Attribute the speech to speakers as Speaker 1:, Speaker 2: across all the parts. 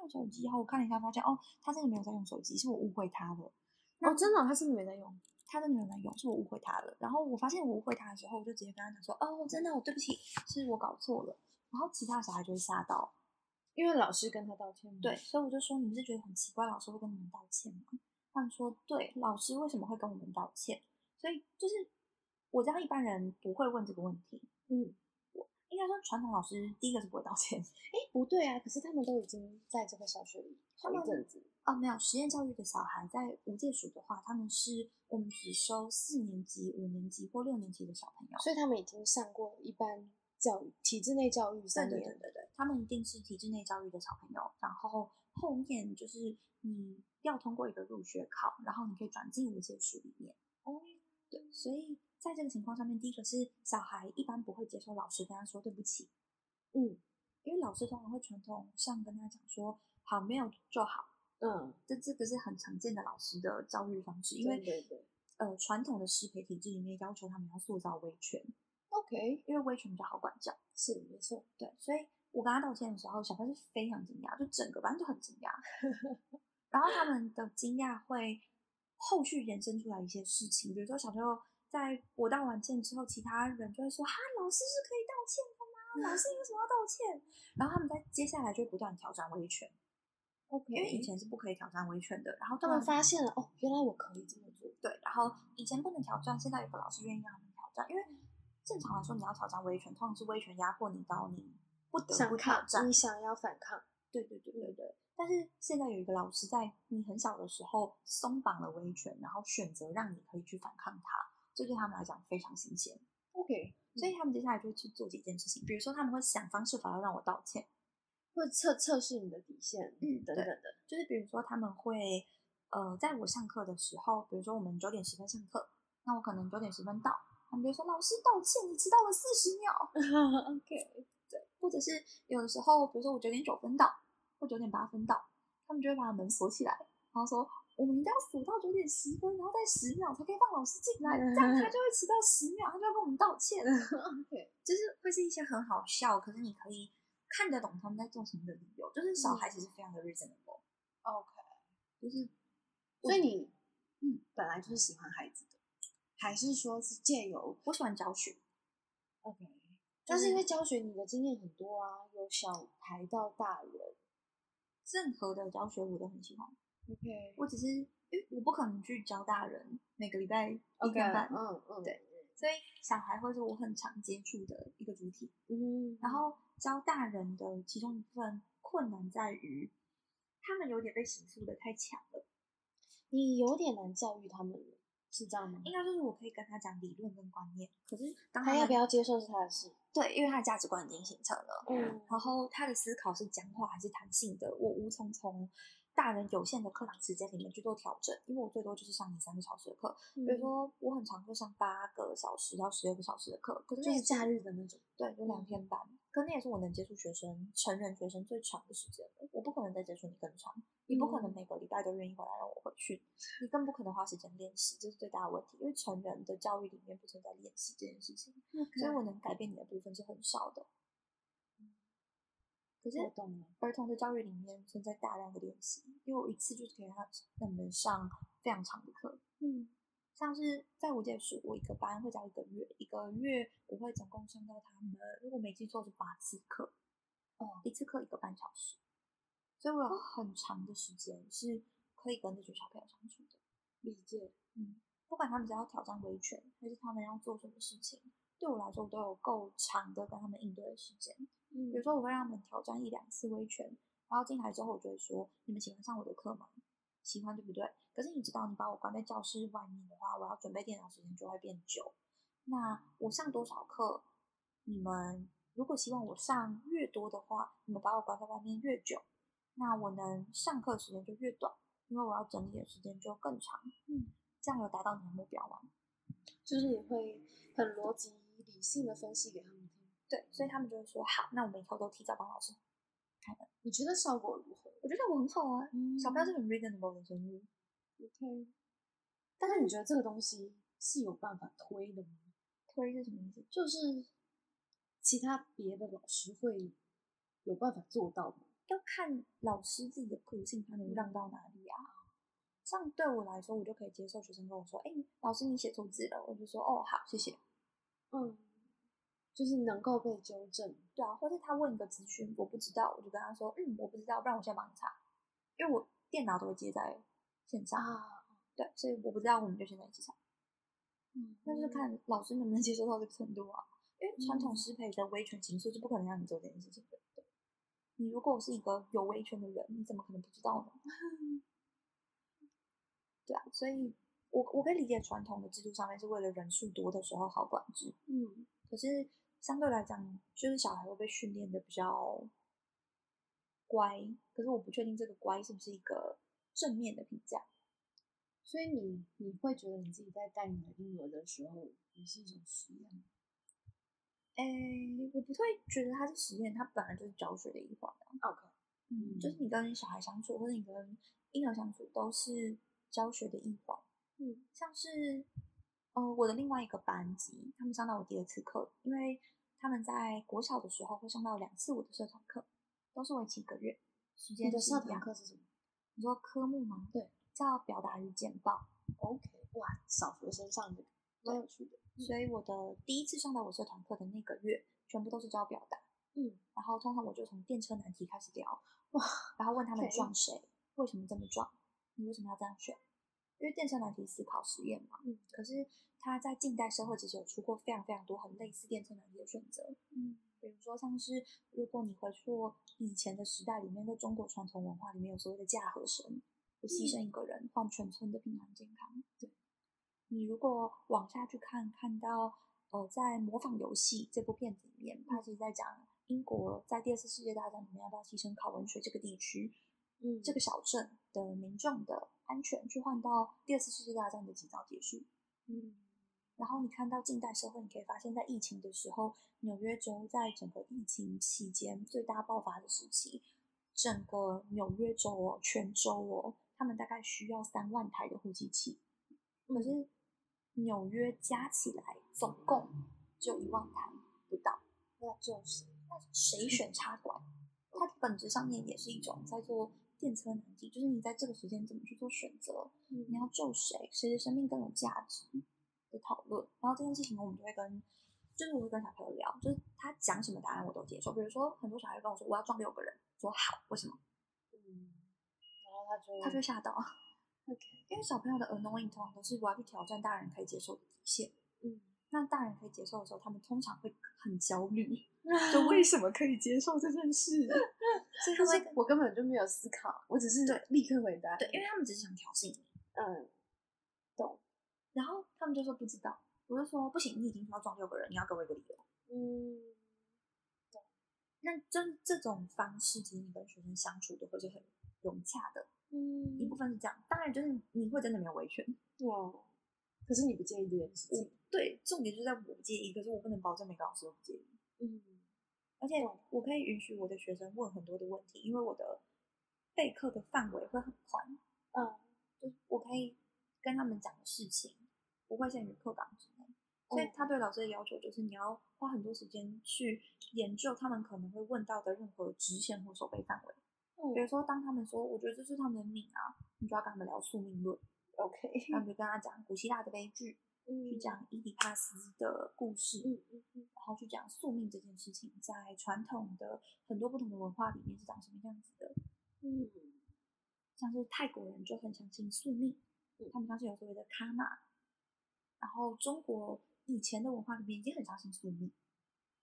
Speaker 1: 用手机，然后我看了一下，发现哦，他真的没有在用手机，是我误会他了。
Speaker 2: 哦，真的、哦，他是你没在用。
Speaker 1: 他真的有在用，是我误会他了。然后我发现我误会他的时候，我就直接跟他讲说：“哦，真的，我对不起，是我搞错了。”然后其他小孩就会吓到，
Speaker 2: 因为老师跟他道歉吗？
Speaker 1: 对，所以我就说：“你们是觉得很奇怪，老师会跟你们道歉吗？”他们说：“对，老师为什么会跟我们道歉？”所以就是我知道一般人不会问这个问题。
Speaker 2: 嗯，
Speaker 1: 我应该说传统老师第一个是不会道歉。
Speaker 2: 哎，不对啊，可是他们都已经在这个小学里好一阵子。
Speaker 1: 哦，没有实验教育的小孩，在无界署的话，他们是我们只收四年级、五年级或六年级的小朋友。
Speaker 2: 所以他们已经上过一般教育、体制内教育三
Speaker 1: 对
Speaker 2: 年。
Speaker 1: 对对对对，他们一定是体制内教育的小朋友。然后后面就是你要通过一个入学考，然后你可以转进无界署里面。
Speaker 2: 哦，
Speaker 1: 对，所以在这个情况上面，第一个是小孩一般不会接受老师跟他说对不起，
Speaker 2: 嗯
Speaker 1: 因为老师通常会传统上跟他讲说好没有就好。
Speaker 2: 嗯，
Speaker 1: 这这个是很常见的老师的教育方式，因为
Speaker 2: 对对对
Speaker 1: 呃传统的师培体制里面要求他们要塑造威权，
Speaker 2: ，OK，
Speaker 1: 因为威权比较好管教。
Speaker 2: 是没错。
Speaker 1: 对，所以我跟他道歉的时候，小朋友是非常惊讶，就整个班都很惊 讶。然后他们的惊讶会后续延伸出来一些事情，比如说小朋友在我道完歉之后，其他人就会说：“哈，老师是可以道歉的吗？老师你为什么要道歉？” 然后他们在接下来就会不断挑战威权，
Speaker 2: OK，
Speaker 1: 因为以前是不可以挑战威权的。然后
Speaker 2: 他们发现了哦，原来我可以这么做。
Speaker 1: 对，然后以前不能挑战，现在有个老师愿意让他们挑战，因为正常来说你要挑战威权，通常是威权压迫你到你不得
Speaker 2: 想嗯
Speaker 1: 不挑
Speaker 2: 抗，
Speaker 1: 战
Speaker 2: 你。想要反抗，
Speaker 1: 对对对对对。但是现在有一个老师在你很小的时候松绑了威权，然后选择让你可以去反抗他，这对他们来讲非常新鲜。
Speaker 2: OK，
Speaker 1: 所以他们接下来就会去做几件事情，比如说他们会想方设法要让我道歉，
Speaker 2: 或者测测试你的底线，
Speaker 1: 嗯
Speaker 2: 等
Speaker 1: 对
Speaker 2: 等的。
Speaker 1: 就是比如说他们会，呃，在我上课的时候，比如说我们九点十分上课，那我可能九点十分到，他们就说老师道歉，你迟到了四十秒，
Speaker 2: OK，
Speaker 1: 或者是有的时候，比如说我九点九分到或九点八分到，他们就会把门锁起来，然后说我们一定要锁到九点十分，然后在十秒才可以放老师进来，这样他就会迟到十秒，他就要跟我们道歉，
Speaker 2: 对，
Speaker 1: 就是会是一些很好笑，可是你可以看得懂他们在做什么的理由，就是小孩其实非常的 reasonable，
Speaker 2: 嗯 OK，
Speaker 1: 就是
Speaker 2: 所以你
Speaker 1: 嗯
Speaker 2: 本来就是喜欢孩子的，还是说是借由
Speaker 1: 我喜欢教学。
Speaker 2: OK？
Speaker 1: 就
Speaker 2: 但是
Speaker 1: 是
Speaker 2: 因为教学你的经验很多啊，由小孩到大人
Speaker 1: 任何的教学我都很喜欢。
Speaker 2: ，OK，
Speaker 1: 我只是因为我不可能去教大人，每个礼拜一
Speaker 2: OK，
Speaker 1: 天半
Speaker 2: 嗯嗯，
Speaker 1: 对，所以小孩会是我很常接触的一个主体。
Speaker 2: 嗯，
Speaker 1: 然后教大人的其中一份困难在于，他们有点被形塑的太强了。
Speaker 2: 你有点难教育他们了，是这样吗？
Speaker 1: 应该就是我可以跟他讲理论跟观念，可是当
Speaker 2: 他要
Speaker 1: 们
Speaker 2: 不要接受是他的事，
Speaker 1: 对，因为他的价值观已经形成了，
Speaker 2: 嗯
Speaker 1: 然后他的思考是僵化还是弹性的，我无从从大人有限的课堂时间里面去做调整，因为我最多就是上你三个小时的课，比
Speaker 2: 嗯
Speaker 1: 如说我很常会上八个小时到十六个小时的课，可是那
Speaker 2: 就
Speaker 1: 也
Speaker 2: 是假日的嗯那种，
Speaker 1: 对，有两天半，可那也是我能接触学生成人学生最长的时间了。我不可能再接触你更长，你不可能
Speaker 2: 嗯
Speaker 1: 每个礼拜都愿意回来让我回去，你更不可能花时间练习，这是最大的问题。因为成人的教育里面不存在练习这件事情，所以我能改变你的部分是很少的。可是
Speaker 2: 我懂了。
Speaker 1: 儿童的教育里面存在大量的练习，因为我一次就是给他让我们上非常长的课，
Speaker 2: 嗯，
Speaker 1: 像是在我届时，我一个班会教一个月，一个月我会总共上到他们，如果没记错是八次课，
Speaker 2: 哦，
Speaker 1: 一次课一个半小时，所以我有很长的时间是可以跟这群小朋友相处的。
Speaker 2: 理解。
Speaker 1: 嗯，不管他们是要挑战维权，还是他们要做什么事情，对我来说我都有够长的跟他们应对的时间。
Speaker 2: 嗯
Speaker 1: 比如说我会让他们挑战一两次威权，然后进来之后我就会说：你们喜欢上我的课吗？喜欢对不对？可是你知道，你把我关在教室外面的话，我要准备电脑时间就会变久。那我上多少课？你们如果希望我上越多的话，你们把我关在外面越久，那我能上课时间就越短，因为我要整理的时间就更长。嗯，这样有达到你的目标吗？
Speaker 2: 就是你会很逻辑理性的分析给他们听。
Speaker 1: 对，所以他们就会说好，那我们以后都提早帮老师。
Speaker 2: 你觉得效果如何？
Speaker 1: 我觉得我很好啊，
Speaker 2: 嗯
Speaker 1: 小朋友是很 reasonable 的生物。
Speaker 2: OK，但是你觉得这个东西是有办法推的吗？
Speaker 1: 推是什么意思？
Speaker 2: 就是其他别的老师会有办法做到吗？
Speaker 1: 要看老师自己的个性，他能让到哪里啊？像对我来说，我就可以接受学生跟我说：“哎、老师，你写错字了。”我就说：“哦，好，谢谢。”
Speaker 2: 嗯，就是能够被纠正，
Speaker 1: 对啊，或是他问一个资讯我不知道，我就跟他说，嗯，我不知道，不然我先帮你查，因为我电脑都会接在线上，
Speaker 2: 啊，
Speaker 1: 对，所以我不知道，我们就现在一起查。
Speaker 2: 嗯，
Speaker 1: 那就是看老师能不能接受到这个程度啊，因为传统
Speaker 2: 嗯
Speaker 1: 师培的威权情愫是不可能让你做这件事情的。对你如果是一个有威权的人，你怎么可能不知道呢？对啊，所以我我可以理解传统的制度上面是为了人数多的时候好管制，
Speaker 2: 嗯，
Speaker 1: 可是相对来讲，就是小孩会被训练的比较乖。可是我不确定这个乖是不是一个正面的评价。
Speaker 2: 所以你你会觉得你自己在带你的婴儿的时候，你是一种实验吗，
Speaker 1: 诶、我不会觉得它是实验，它本来就是教学的一环啊。
Speaker 2: OK，嗯
Speaker 1: 就是你跟小孩相处，或者你跟婴儿相处，都是教学的一环。
Speaker 2: 嗯，
Speaker 1: 像是呃我的另外一个班级，他们上到我第二次课，因为他们在国小的时候会上到两次我的社团课，都是为期一个月，时间
Speaker 2: 你的
Speaker 1: 是一
Speaker 2: 社团
Speaker 1: 样。
Speaker 2: 课是什么
Speaker 1: 你说科目吗？
Speaker 2: 对，
Speaker 1: 叫表达与简报。
Speaker 2: ？OK，哇，小学生上的蛮有趣的，
Speaker 1: 所以我的第一次上到我社团课的那个月，全部都是教表达。
Speaker 2: 嗯，
Speaker 1: 然后通常我就从电车难题开始聊，
Speaker 2: 哇，
Speaker 1: 然后问他们
Speaker 2: 对
Speaker 1: 撞谁，为什么这么撞，你为什么要这样选？因为电车难题思考实验嘛，
Speaker 2: 嗯，
Speaker 1: 可是它在近代社会其实有出过非常非常多很类似电车难题的选择，
Speaker 2: 嗯，
Speaker 1: 比如说像是如果你回溯以前的时代里面，在中国传统文化里面有所谓的嫁和神，我
Speaker 2: 嗯
Speaker 1: 牺牲一个人换全村的平安健康。对，你如果往下去看，看到呃，在《模仿游戏》这部片子里面，它其实在讲英国在第二次世界大战里面要不要牺牲考文垂这个地区，
Speaker 2: 嗯
Speaker 1: 这个小镇的民众的安全，去换到第二次世界大战的及早结束。
Speaker 2: 嗯
Speaker 1: 然后你看到近代社会，你可以发现，在疫情的时候，纽约州在整个疫情期间最大爆发的时期，整个纽约州哦，全州哦，他们大概需要三万台的呼吸器，可是纽约加起来总共只有一万台不到，
Speaker 2: 那就是
Speaker 1: 那谁选插管？它本质上面也是一种在做电车难题，就是你在这个时间怎么去做选择，你
Speaker 2: 嗯
Speaker 1: 要救谁，谁的生命更有价值的讨论。然后这件事情，我们就会跟，就是我会跟小朋友聊，就是他讲什么答案我都接受。比如说，很多小孩跟我说我要撞六个人，我说好，为什么？
Speaker 2: 嗯，然后他就
Speaker 1: 他就会吓到，
Speaker 2: OK，
Speaker 1: 因为小朋友的 annoying 通常都是我要去挑战大人可以接受的底线。
Speaker 2: 嗯，
Speaker 1: 那大人可以接受的时候，他们通常会很焦 虑，就为什么可以接受这件事？ 所以
Speaker 2: 就
Speaker 1: 他
Speaker 2: 是
Speaker 1: 们
Speaker 2: 我根本就没有思考，我只是
Speaker 1: 对
Speaker 2: 立刻回答，
Speaker 1: 对，因为他们只是想挑衅你。
Speaker 2: 嗯，
Speaker 1: 然后他们就说不知道，我就说不行，你已经要撞六个人，你要给我一个理由。
Speaker 2: 嗯
Speaker 1: 那这这种方式，其实你跟学生相处都会是很融洽的。
Speaker 2: 嗯
Speaker 1: 一部分是这样，当然就是你会真的没有维权。
Speaker 2: 哦，可是你不介意这件事情，
Speaker 1: 对，重点就是在我不介意，可是我不能保证每个老师都不介意。
Speaker 2: 嗯
Speaker 1: 而且我可以允许我的学生问很多的问题，因为我的备课的范围会很宽，
Speaker 2: 嗯
Speaker 1: 就是我可以跟他们讲的事情不会限于课纲之内。所以
Speaker 2: 嗯
Speaker 1: 他对老师的要求就是你要花很多时间去研究他们可能会问到的任何支线或守备范围。比如
Speaker 2: 嗯
Speaker 1: 说，当他们说我觉得这是他们的命啊，你就要跟他们聊宿命论，
Speaker 2: ，OK，
Speaker 1: 那你就跟他讲古希腊的悲剧，去
Speaker 2: 嗯
Speaker 1: 讲伊底帕斯的故事，
Speaker 2: 嗯嗯嗯
Speaker 1: 然后去讲宿命这件事情，在传统的很多不同的文化里面是长什么样子的。
Speaker 2: 嗯
Speaker 1: 像是泰国人就很相信宿命，
Speaker 2: 嗯
Speaker 1: 他们相信有所谓的卡玛，然后中国以前的文化里面也很相信宿命，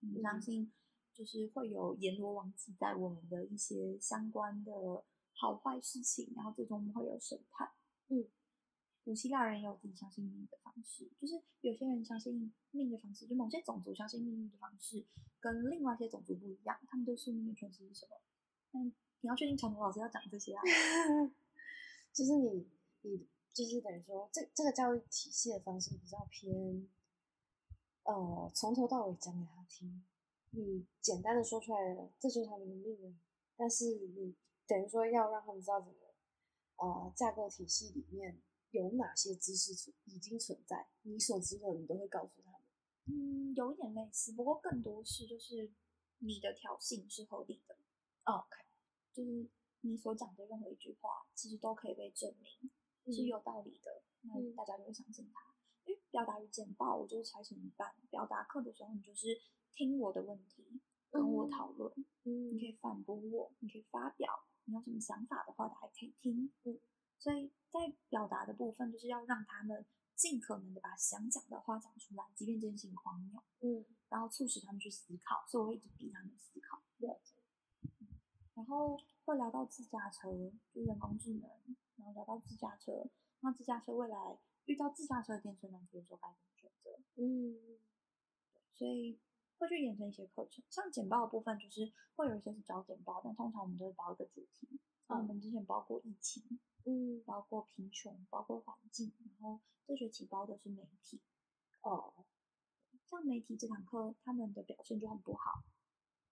Speaker 1: 很相
Speaker 2: 嗯
Speaker 1: 信就是会有阎罗王记载我们的一些相关的好坏事情，然后最终我们会有审判。
Speaker 2: 嗯，
Speaker 1: 古希腊人也有自己相信命运的方式，就是有些人相信命的方式，就某些种族相信命运的方式跟另外一些种族不一样，他们对宿命的诠释是什么？嗯，你要确定传统老师要讲这些啊。
Speaker 2: 就是你你就是等于说，这这个教育体系的方式比较偏，呃，从头到尾讲给他听，你简单的说出来了，这就是他们的命啊。但是你等于说要让他们知道怎么，呃，架构体系里面有哪些知识存已经存在，你所知的你都会告诉他们。
Speaker 1: 嗯，有一点类似，不过更多是就是你的挑衅是合理的。
Speaker 2: 哦，OK，
Speaker 1: 就是你所讲的任何一句话，其实都可以被证明、是有道理的，那
Speaker 2: 嗯
Speaker 1: 大家就会相信他。因为表达与简报，我就是拆成一半。表达课的时候，你就是听我的问题，跟我
Speaker 2: 嗯
Speaker 1: 讨论，
Speaker 2: 嗯
Speaker 1: 你可以反驳我，你可以发表，你有什么想法的话，大家可以听。
Speaker 2: 嗯，
Speaker 1: 所以在表达的部分，就是要让他们尽可能的把想讲的话讲出来，即便这件事情荒谬，
Speaker 2: 嗯，
Speaker 1: 然后促使他们去思考。所以我会一直逼他们思考。
Speaker 2: 了解，
Speaker 1: 嗯然后会聊到自驾车，就是人工智能，然后聊到自驾车，那自驾车未来遇到自驾车的电车难题的时候该怎么选择？
Speaker 2: 嗯
Speaker 1: 所以会去延伸一些课程，像简报的部分，就是会有一些是教简报，但通常我们都会包一个主题。那我
Speaker 2: 嗯
Speaker 1: 们之前包括疫情，
Speaker 2: 嗯，
Speaker 1: 包括贫穷，包括环境，然后这学期包的是媒体。
Speaker 2: 哦，
Speaker 1: 像媒体这堂课，他们的表现就很不好。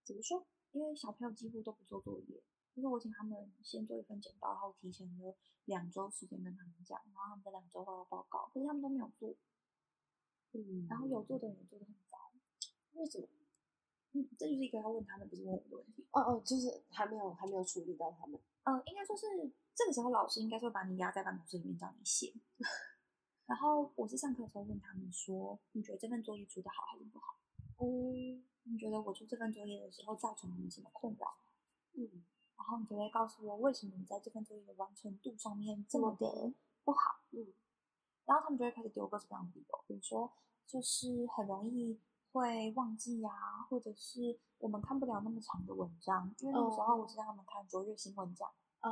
Speaker 1: 怎么说？因为小朋友几乎都不做作业，因为我请他们先做一份简报，然后提前了两周时间跟他们讲，然后他们在两周后要报告，可是他们都没有做，
Speaker 2: 嗯，
Speaker 1: 然后有做的人也做的很糟。
Speaker 2: 为什么？
Speaker 1: 嗯，这就是一个要问他们，不是问我的问题。
Speaker 2: 哦哦，就是还没有还没有处理到他们，
Speaker 1: 呃，应该说是这个时候老师应该是会把你压在办公室里面叫你写。 然后我是上课的时候问他们说，你觉得这份作业出的好还是不好？
Speaker 2: 嗯
Speaker 1: 你觉得我出这份作业的时候造成了你什么困扰？
Speaker 2: 嗯
Speaker 1: 然后你就会告诉我为什么你在这份作业的完成度上面这么的不好，
Speaker 2: 嗯
Speaker 1: 然后他们就会开始丢各种各样的理由，比如说就是很容易会忘记呀、或者是我们看不了那么长的文章，因为那个时候
Speaker 2: 哦
Speaker 1: 我是让他们看卓越新闻奖
Speaker 2: 啊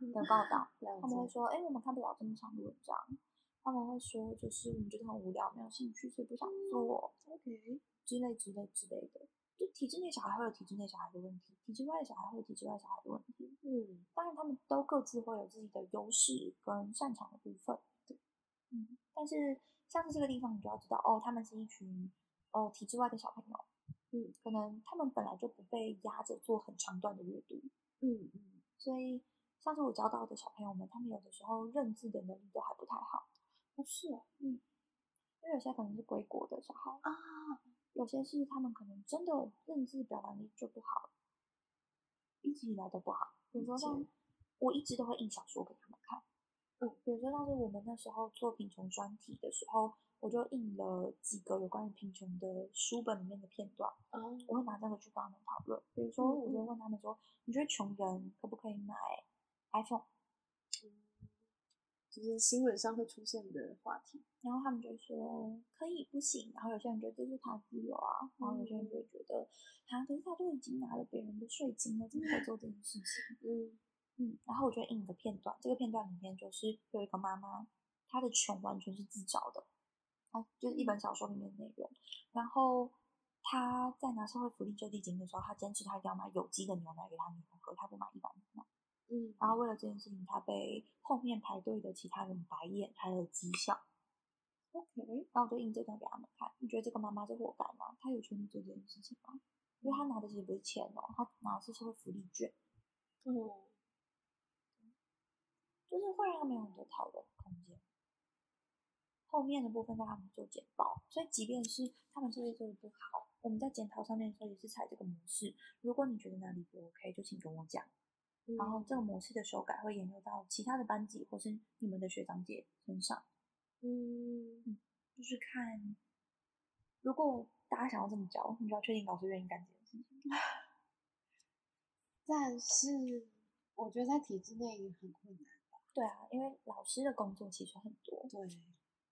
Speaker 1: 的报道，
Speaker 2: 了
Speaker 1: 他们会
Speaker 2: 解，
Speaker 1: 说，哎、我们看不了这么长的文章，他们会说就是我们觉得很无聊，没有兴趣，所以不想
Speaker 2: 嗯
Speaker 1: 做
Speaker 2: OK，
Speaker 1: 之类之类之类的。就体制内小孩会有体制内小孩的问题，体制外小孩会有体制外小孩的问题。
Speaker 2: 嗯
Speaker 1: 当然他们都各自会有自己的优势跟擅长的部分。对，嗯，但是像是这个地方，你就要知道哦，他们是一群呃体制外的小朋友，
Speaker 2: 嗯，
Speaker 1: 可能他们本来就不被压着做很长段的阅读，
Speaker 2: 嗯嗯，
Speaker 1: 所以像是我教到的小朋友们，他们有的时候认字的能力都还不太好。不是哦，嗯，因为有些可能是归国的小孩，
Speaker 2: 啊，
Speaker 1: 有些是他们可能真的认字表达能力就不好，一直以来都不好。比如说
Speaker 2: 理解
Speaker 1: 像我一直都会印小说给他们看，
Speaker 2: 嗯，
Speaker 1: 比如说像是我们那时候做贫穷专题的时候，我就印了几个有关于贫穷的书本里面的片段，
Speaker 2: 哦，
Speaker 1: 我会拿那个去跟他们讨论。比如说，
Speaker 2: 嗯
Speaker 1: 我就会
Speaker 2: 嗯
Speaker 1: 问他们说，你觉得穷人可不可以买 iPhone？
Speaker 2: 就是新闻上会出现的话题，
Speaker 1: 然后他们就会说可以不行，然后有些人觉得这是他自由啊，然后有些人
Speaker 2: 嗯
Speaker 1: 就会觉得，啊，可是他都已经拿了别人的税金了，怎么可以做这件事情？
Speaker 2: 嗯
Speaker 1: 嗯，然后我就印一个片段，这个片段里面就是有一个妈妈，她的穷完全是自找的，她就是一本小说里面的内容。然后她在拿社会福利救济金的时候，她坚持她一定要买有机的牛奶给她女儿喝，她不买一般牛奶。
Speaker 2: 嗯，
Speaker 1: 然后为了这件事情，她被后面排队的其他人白眼，还有讥笑。
Speaker 2: ，OK，
Speaker 1: 然后我就印这段给他们看。你觉得这个妈妈是活该吗？她有权利做这件事情吗？因为她拿的其实不是钱哦，她拿的是社会福利券，
Speaker 2: 哦，
Speaker 1: 就是会让他们有很多讨论的空间。后面的部分让他们做简报，所以即便是他们作业做的不好，我们在检讨上面的时候也是采这个模式。如果你觉得哪里不 OK，就请跟我讲。然
Speaker 2: 嗯
Speaker 1: 后这个模式的修改会沿用到其他的班级或是你们的学长姐身上。
Speaker 2: 嗯，
Speaker 1: 就是看，如果大家想要这么教，你就要确定老师愿意干这件事情。
Speaker 2: 但是我觉得在体制内也很困难，
Speaker 1: 对啊，因为老师的工作其实很多。
Speaker 2: 对，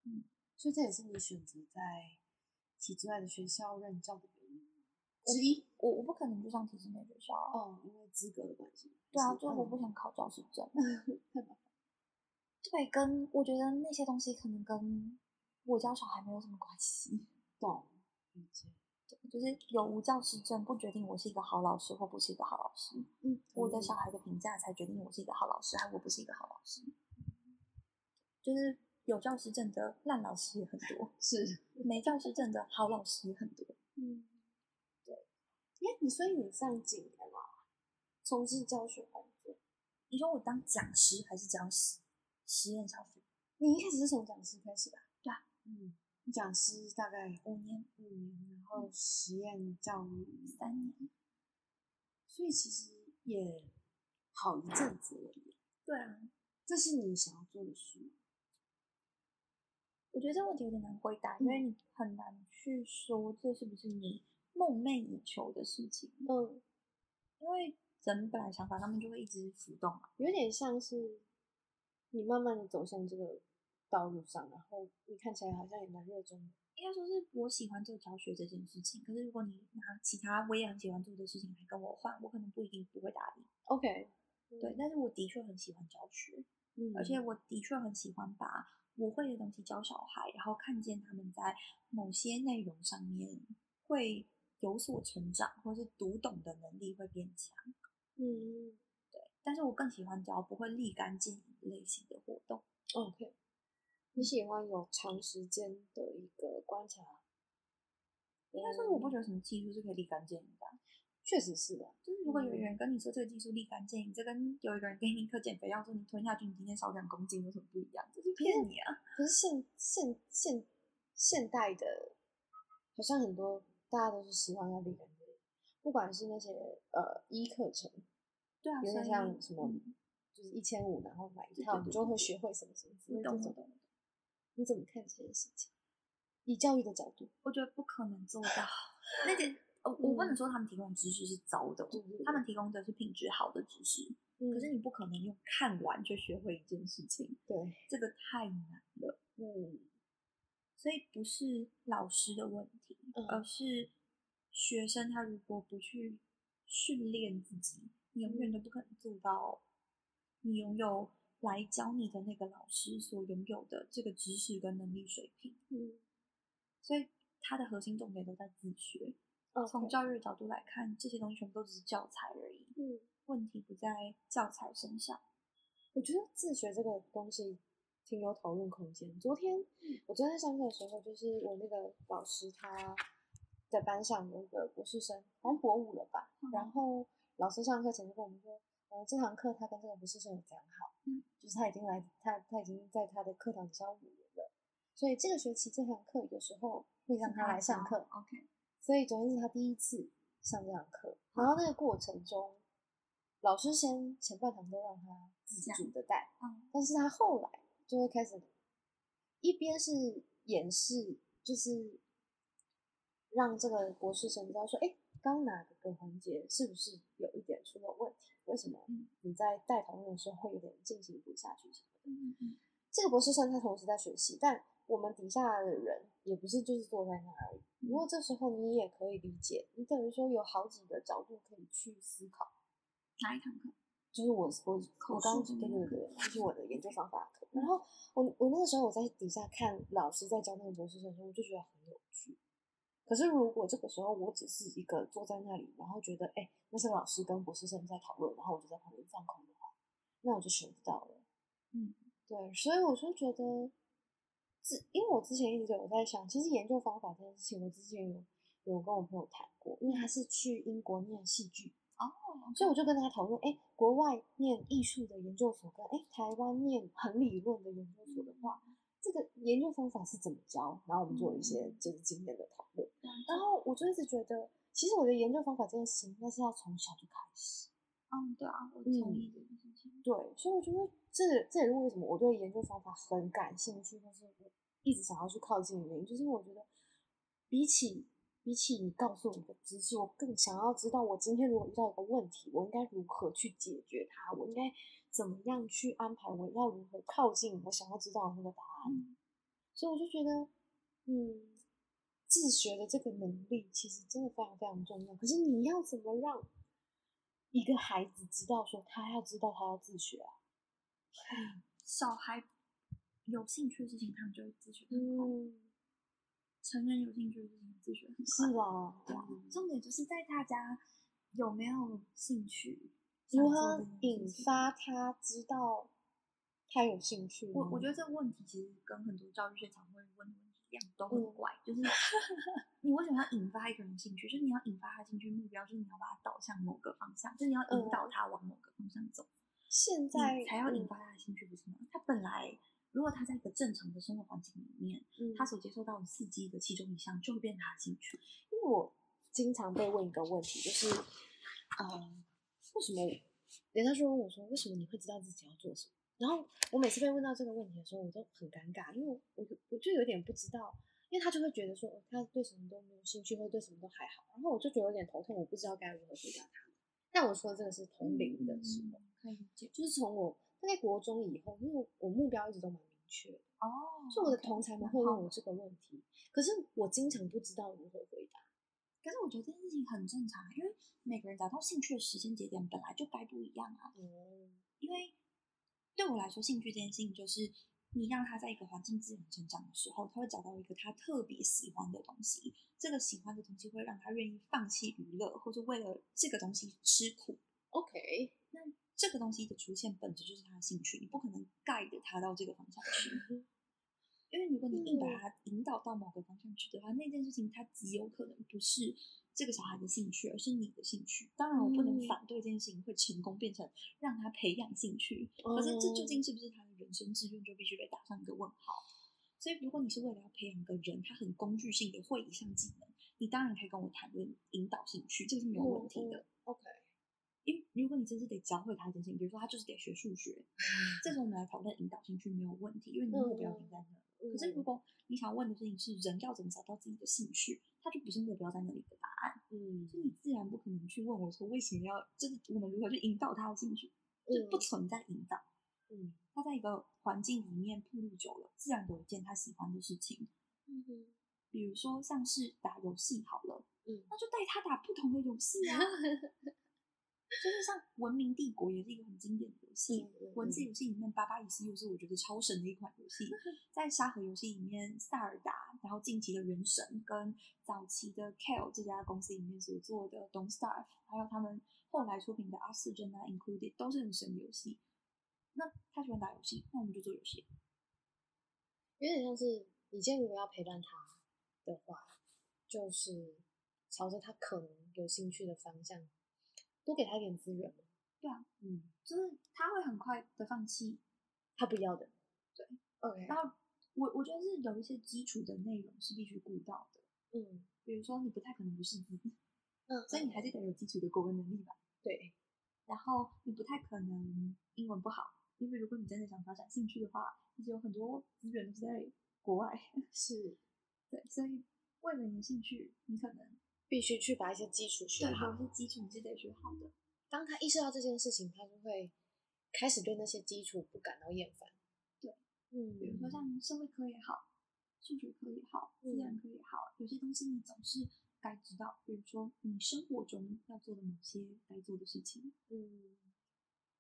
Speaker 1: 嗯，
Speaker 2: 所以这也是你选择在体制外的学校任教的原因之一。
Speaker 1: 我我不可能去上体制内学校啊。
Speaker 2: 哦，因为资格的关系。
Speaker 1: 对啊，
Speaker 2: 还是
Speaker 1: 就是我不
Speaker 2: 嗯
Speaker 1: 想考教师证。
Speaker 2: 太麻烦
Speaker 1: 对，跟我觉得那些东西可能跟我教小孩没有什么关系。
Speaker 2: 懂，理解。
Speaker 1: 对，就是有无教师证不决定我是一个好老师或不是一个好老师。
Speaker 2: 嗯，
Speaker 1: 我的小孩的评价才决定我是一个好老师，还我不是一个好老师。
Speaker 2: 嗯
Speaker 1: 就是有教师证的烂老师也很多。
Speaker 2: 是，
Speaker 1: 没教师证的好老师也很多。
Speaker 2: 嗯，对。哎，你所以你上几年了？从事教学工作，
Speaker 1: 你说我当讲师还是讲实实验小学？
Speaker 2: 你一开始是从讲师开始吧？
Speaker 1: 对啊，
Speaker 2: 嗯，讲师大概
Speaker 1: 五年、
Speaker 2: 五年，然后实验教育，
Speaker 1: 三年，
Speaker 2: 所以其实也好一阵子了耶。
Speaker 1: 对啊，
Speaker 2: 这是你想要做的事吗？
Speaker 1: 我觉得这个问题有点难回答，因为你很难去说这是不是你梦寐以求的事情，
Speaker 2: 嗯，
Speaker 1: 因为人本来想法他们就会一直浮动啊。
Speaker 2: 有点像是你慢慢的走向这个道路上，然后你看起来好像也蛮热衷的。
Speaker 1: 应该说是我喜欢做教学这件事情，可是如果你拿其他我也很喜欢做的事情来跟我换，我可能不一定不会答应。
Speaker 2: OK，
Speaker 1: 对，，但是我的确很喜欢教学，
Speaker 2: 嗯，
Speaker 1: 而且我的确很喜欢把我会的东西教小孩，然后看见他们在某些内容上面会有所成长，或是读懂的能力会变强。
Speaker 2: 嗯
Speaker 1: 但是我更喜欢教不会立竿见影类型的活动。
Speaker 2: ，OK，你喜欢有长时间的一个观察，
Speaker 1: 应该说，我不
Speaker 2: 嗯
Speaker 1: 觉得什么技术是可以立竿见影的啊、
Speaker 2: 确实是的，
Speaker 1: 就是如果有一个
Speaker 2: 嗯
Speaker 1: 人跟你说这个技术立竿见影，这跟有一个人给你一颗减肥药说你吞下去你今天少两公斤有什么不一样？这是骗你啊！
Speaker 2: 可是现现现现代的，好像很多大家都是希望要立竿见影，不管是那些呃一课程，
Speaker 1: 对啊，
Speaker 2: 有
Speaker 1: 所
Speaker 2: 点
Speaker 1: 以
Speaker 2: 像什么、
Speaker 1: 嗯
Speaker 2: 就是一千五，然后买一
Speaker 1: 对对
Speaker 2: 套，
Speaker 1: 对
Speaker 2: 你
Speaker 1: 对
Speaker 2: 就会
Speaker 1: 对
Speaker 2: 学会什么什么之类
Speaker 1: 我
Speaker 2: 的
Speaker 1: 懂
Speaker 2: 这
Speaker 1: 我
Speaker 2: 种。
Speaker 1: 懂。
Speaker 2: 你怎么看这件事情？以教育的角度，
Speaker 1: 我觉得不可能做 到。那点，呃我不能说他们提供的知识是糟的，
Speaker 2: 嗯对对嗯对
Speaker 1: 哦他们提供的是品质好的知识。
Speaker 2: 可
Speaker 1: 可是你不可能用看完就学会一件事情，
Speaker 2: 对，
Speaker 1: 这个太难了。
Speaker 2: 嗯
Speaker 1: 所以不是老师的问题，
Speaker 2: 嗯
Speaker 1: 而是学生他如果不去训练自己，你永
Speaker 2: 嗯
Speaker 1: 远都不可能做到你拥有来教你的那个老师所拥有的这个知识跟能力水平。
Speaker 2: 嗯，
Speaker 1: 所以它的核心重点都在自学。
Speaker 2: 哦，
Speaker 1: 从
Speaker 2: 对
Speaker 1: 教育的角度来看，这些东西全部都只是教材而已，
Speaker 2: 嗯，
Speaker 1: 问题不在教材身上。
Speaker 2: 我觉得自学这个东西挺有讨论空间。昨天我昨天上课的时候，就是我那个老师他在班上有一个博士生，好像博五了吧，然后老师上课前就跟我们说，呃，这堂课他跟这个博士生有讲好，
Speaker 1: 嗯，
Speaker 2: 就是他已经来，他他已经在他的课堂底下五年了，所以这个学期这堂课有时候会让他来上课，
Speaker 1: ，OK，
Speaker 2: 所以昨天是他第一次上这堂课，然后那个过程中，老师先前半堂都让他自己
Speaker 1: 讲
Speaker 2: 主的带，
Speaker 1: 嗯
Speaker 2: 但是他后来就会开始一边是演示，就是让这个博士生知道说，哎、刚哪个环节是不是有一点出了问题？为什么
Speaker 1: 嗯
Speaker 2: 你在带讨论的时候会有点进行不下去什么的？
Speaker 1: 嗯嗯
Speaker 2: 这个博士生他同时在学习，但我们底下的人也不是就是坐在那而已。如果这时候你也可以理解，你等于说有好几个角度可以去思考。
Speaker 1: 哪一堂课？
Speaker 2: 就是我我
Speaker 1: 口
Speaker 2: 我刚
Speaker 1: 述
Speaker 2: 刚
Speaker 1: 的
Speaker 2: 对
Speaker 1: 那
Speaker 2: 对
Speaker 1: 个
Speaker 2: 对，就是我的研究方法课。然后我我那个时候我在底下看老师在教那个博士生的时候，我就觉得很有趣。可是如果这个时候我只是一个坐在那里，然后觉得哎、那是老师跟博士生在讨论，然后我就在旁边放空的话，那我就学不到了。
Speaker 1: 嗯，
Speaker 2: 对，所以我就觉得，自因为我之前一直有在想，其实研究方法这件事情，我之前有有跟我朋友谈过，因为他是去英国念戏剧，
Speaker 1: 哦，
Speaker 2: 所以我就跟他讨论，哎，国外念艺术的研究所跟哎台湾念很理论的研究所的话，这个研究方法是怎么教？然后我们做了一些
Speaker 1: 嗯
Speaker 2: 就是经验的讨论，然
Speaker 1: 嗯，
Speaker 2: 后我就一直觉得，其实我觉得研究方法这件事情应该是要从小就开始。
Speaker 1: 嗯，对啊，我同意这件事情。
Speaker 2: 对，所以我觉得这这也是为什么我对研究方法很感兴趣，但是我一直想要去靠近的原因，就是因为我觉得比起比起你告诉我的知识，我更想要知道我今天如果遇到一个问题，我应该如何去解决它，我应该怎么样去安排，我要如何靠近我想要知道的那个答案。
Speaker 1: 嗯
Speaker 2: 所以我就觉得，嗯，自学的这个能力其实真的非常非常重要。可是你要怎么让一个孩子知道说他要知道他要自学啊？
Speaker 1: 小孩有兴趣的事情，他们就会自学很快；
Speaker 2: 嗯，
Speaker 1: 成人有兴趣的事情，自学很
Speaker 2: 是
Speaker 1: 快。
Speaker 2: 啦，
Speaker 1: 对啊，重点就是在大家有没有兴趣，
Speaker 2: 如
Speaker 1: 想做
Speaker 2: 何
Speaker 1: 这件事
Speaker 2: 引
Speaker 1: 情
Speaker 2: 发他知道他有兴趣呢？
Speaker 1: 我我觉得这个问题其实跟很多教育现场会问的问题一样，都很
Speaker 2: 嗯
Speaker 1: 怪。就是 你为什么要引发一个人兴趣？就是你要引发他兴趣目标，就是你要把他导向某个方向，就是你要
Speaker 2: 嗯
Speaker 1: 引导他往某个方向走，
Speaker 2: 现在
Speaker 1: 你才要引
Speaker 2: 嗯
Speaker 1: 发他的兴趣，不是吗？他本来如果他在一个正常的生活环境里面，
Speaker 2: 嗯
Speaker 1: 他所接受到的刺激的其中一项就会变成他的兴趣。
Speaker 2: 因为我经常被问一个问题，就是，呃，为什么人家就问我说，为什么你会知道自己要做什么？然后我每次被问到这个问题的时候，我都很尴尬，因为我我就我就有点不知道，因为他就会觉得说，哦他对什么都没有兴趣，或者对什么都还好，然后我就觉得有点头痛，我不知道该如何回答他们。但我说的这个是同龄的时候，
Speaker 1: 嗯可以理解
Speaker 2: 就是从我大概国中以后，因为我目标一直都蛮明确的，
Speaker 1: 哦。
Speaker 2: 就我的
Speaker 1: OK，
Speaker 2: 同才们
Speaker 1: 蛮
Speaker 2: 会
Speaker 1: 好
Speaker 2: 问我这个问题，可是我经常不知道如何回答。
Speaker 1: 可是我觉得这件事情很正常，啊因为每个人找到兴趣的时间节点本来就该不一样啊。
Speaker 2: 哦，
Speaker 1: 因为对我来说，兴趣这件事情就是你让他在一个环境自然成长的时候，他会找到一个他特别喜欢的东西。这个喜欢的东西会让他愿意放弃娱乐，或者为了这个东西吃苦。
Speaker 2: OK，
Speaker 1: 那这个东西的出现本质就是他的兴趣，你不可能 guide 他到这个方向去。因为如果你硬把
Speaker 2: 嗯
Speaker 1: 他引导到某个方向去的话，那件事情它极有可能不是这个小孩的兴趣，而是你的兴趣。当然，我不能
Speaker 2: 嗯
Speaker 1: 反对这件事情会成功变成让他培养兴趣，
Speaker 2: 嗯
Speaker 1: 可是
Speaker 2: 哦
Speaker 1: 这究竟是不是他的人生志愿，就必须被打上一个问号。所以，如果你是为了要培养一个人，他很工具性的会以上技能，你当然可以跟我谈论引导兴趣，这个是没有问题的。
Speaker 2: 嗯嗯 OK
Speaker 1: 因为如果你真是得教会他一件事情，比如说他就是得学数学，
Speaker 2: 嗯
Speaker 1: 这时候我们来讨论引导兴趣没有问题，因为你目标已经在那了。
Speaker 2: 嗯
Speaker 1: 可是如果你想问的事情是人要怎么找到自己的兴趣，它就不是目标在那里的答案，
Speaker 2: 嗯
Speaker 1: 所以你自然不可能去问我说为什么要，就是我们如何去引导他的兴趣，就不
Speaker 2: 嗯
Speaker 1: 存在引导。
Speaker 2: 嗯
Speaker 1: 他在一个环境里面暴露久了，自然有一件他喜欢的事情，
Speaker 2: 嗯
Speaker 1: 比如说像是打游戏好了，
Speaker 2: 嗯
Speaker 1: 那就带他打不同的游戏啊。就是像《文明帝国》也是一个很经典的游戏，
Speaker 2: 嗯嗯
Speaker 1: 文字
Speaker 2: 嗯
Speaker 1: 游戏里面《巴巴与斯又是我觉得超神的一款游戏，在沙盒游戏里面，《塞尔达》，然后近期的《原神》跟早期的 Kale 这家公司里面所做的《Don't Starve》，还有他们后来出品的《阿四镇》啊，《Included》都是很神的游戏。那他喜欢打游戏，那我们就做游戏。
Speaker 2: 有点像是你今天如果要陪伴他的话，就是朝着他可能有兴趣的方向，多给他一点资源嘛。
Speaker 1: 对啊，
Speaker 2: 嗯，
Speaker 1: 就是他会很快的放弃
Speaker 2: 他不要的。
Speaker 1: 对
Speaker 2: ，OK，
Speaker 1: 然后我我觉得是有一些基础的内容是必须顾到的，
Speaker 2: 嗯
Speaker 1: 比如说你不太可能不识字，
Speaker 2: 嗯，
Speaker 1: 所以你还是得有基础的国文能力吧。
Speaker 2: 对，
Speaker 1: 然后你不太可能英文不好，因为如果你真的想发展兴趣的话，其实有很多资源都是在国外。
Speaker 2: 是
Speaker 1: 对，所以为了你的兴趣，你可能
Speaker 2: 必须去把一些基础学
Speaker 1: 对
Speaker 2: 好
Speaker 1: 有。些基础你是得学好的。
Speaker 2: 当他意识到这件事情，他就会开始对那些基础不感到厌烦。
Speaker 1: 对，
Speaker 2: 嗯，
Speaker 1: 比如说像社会科也好，数学科也好，自然科也好，有些东西你总是该知道，比如说你生活中要做的某些该做的事情。
Speaker 2: 嗯，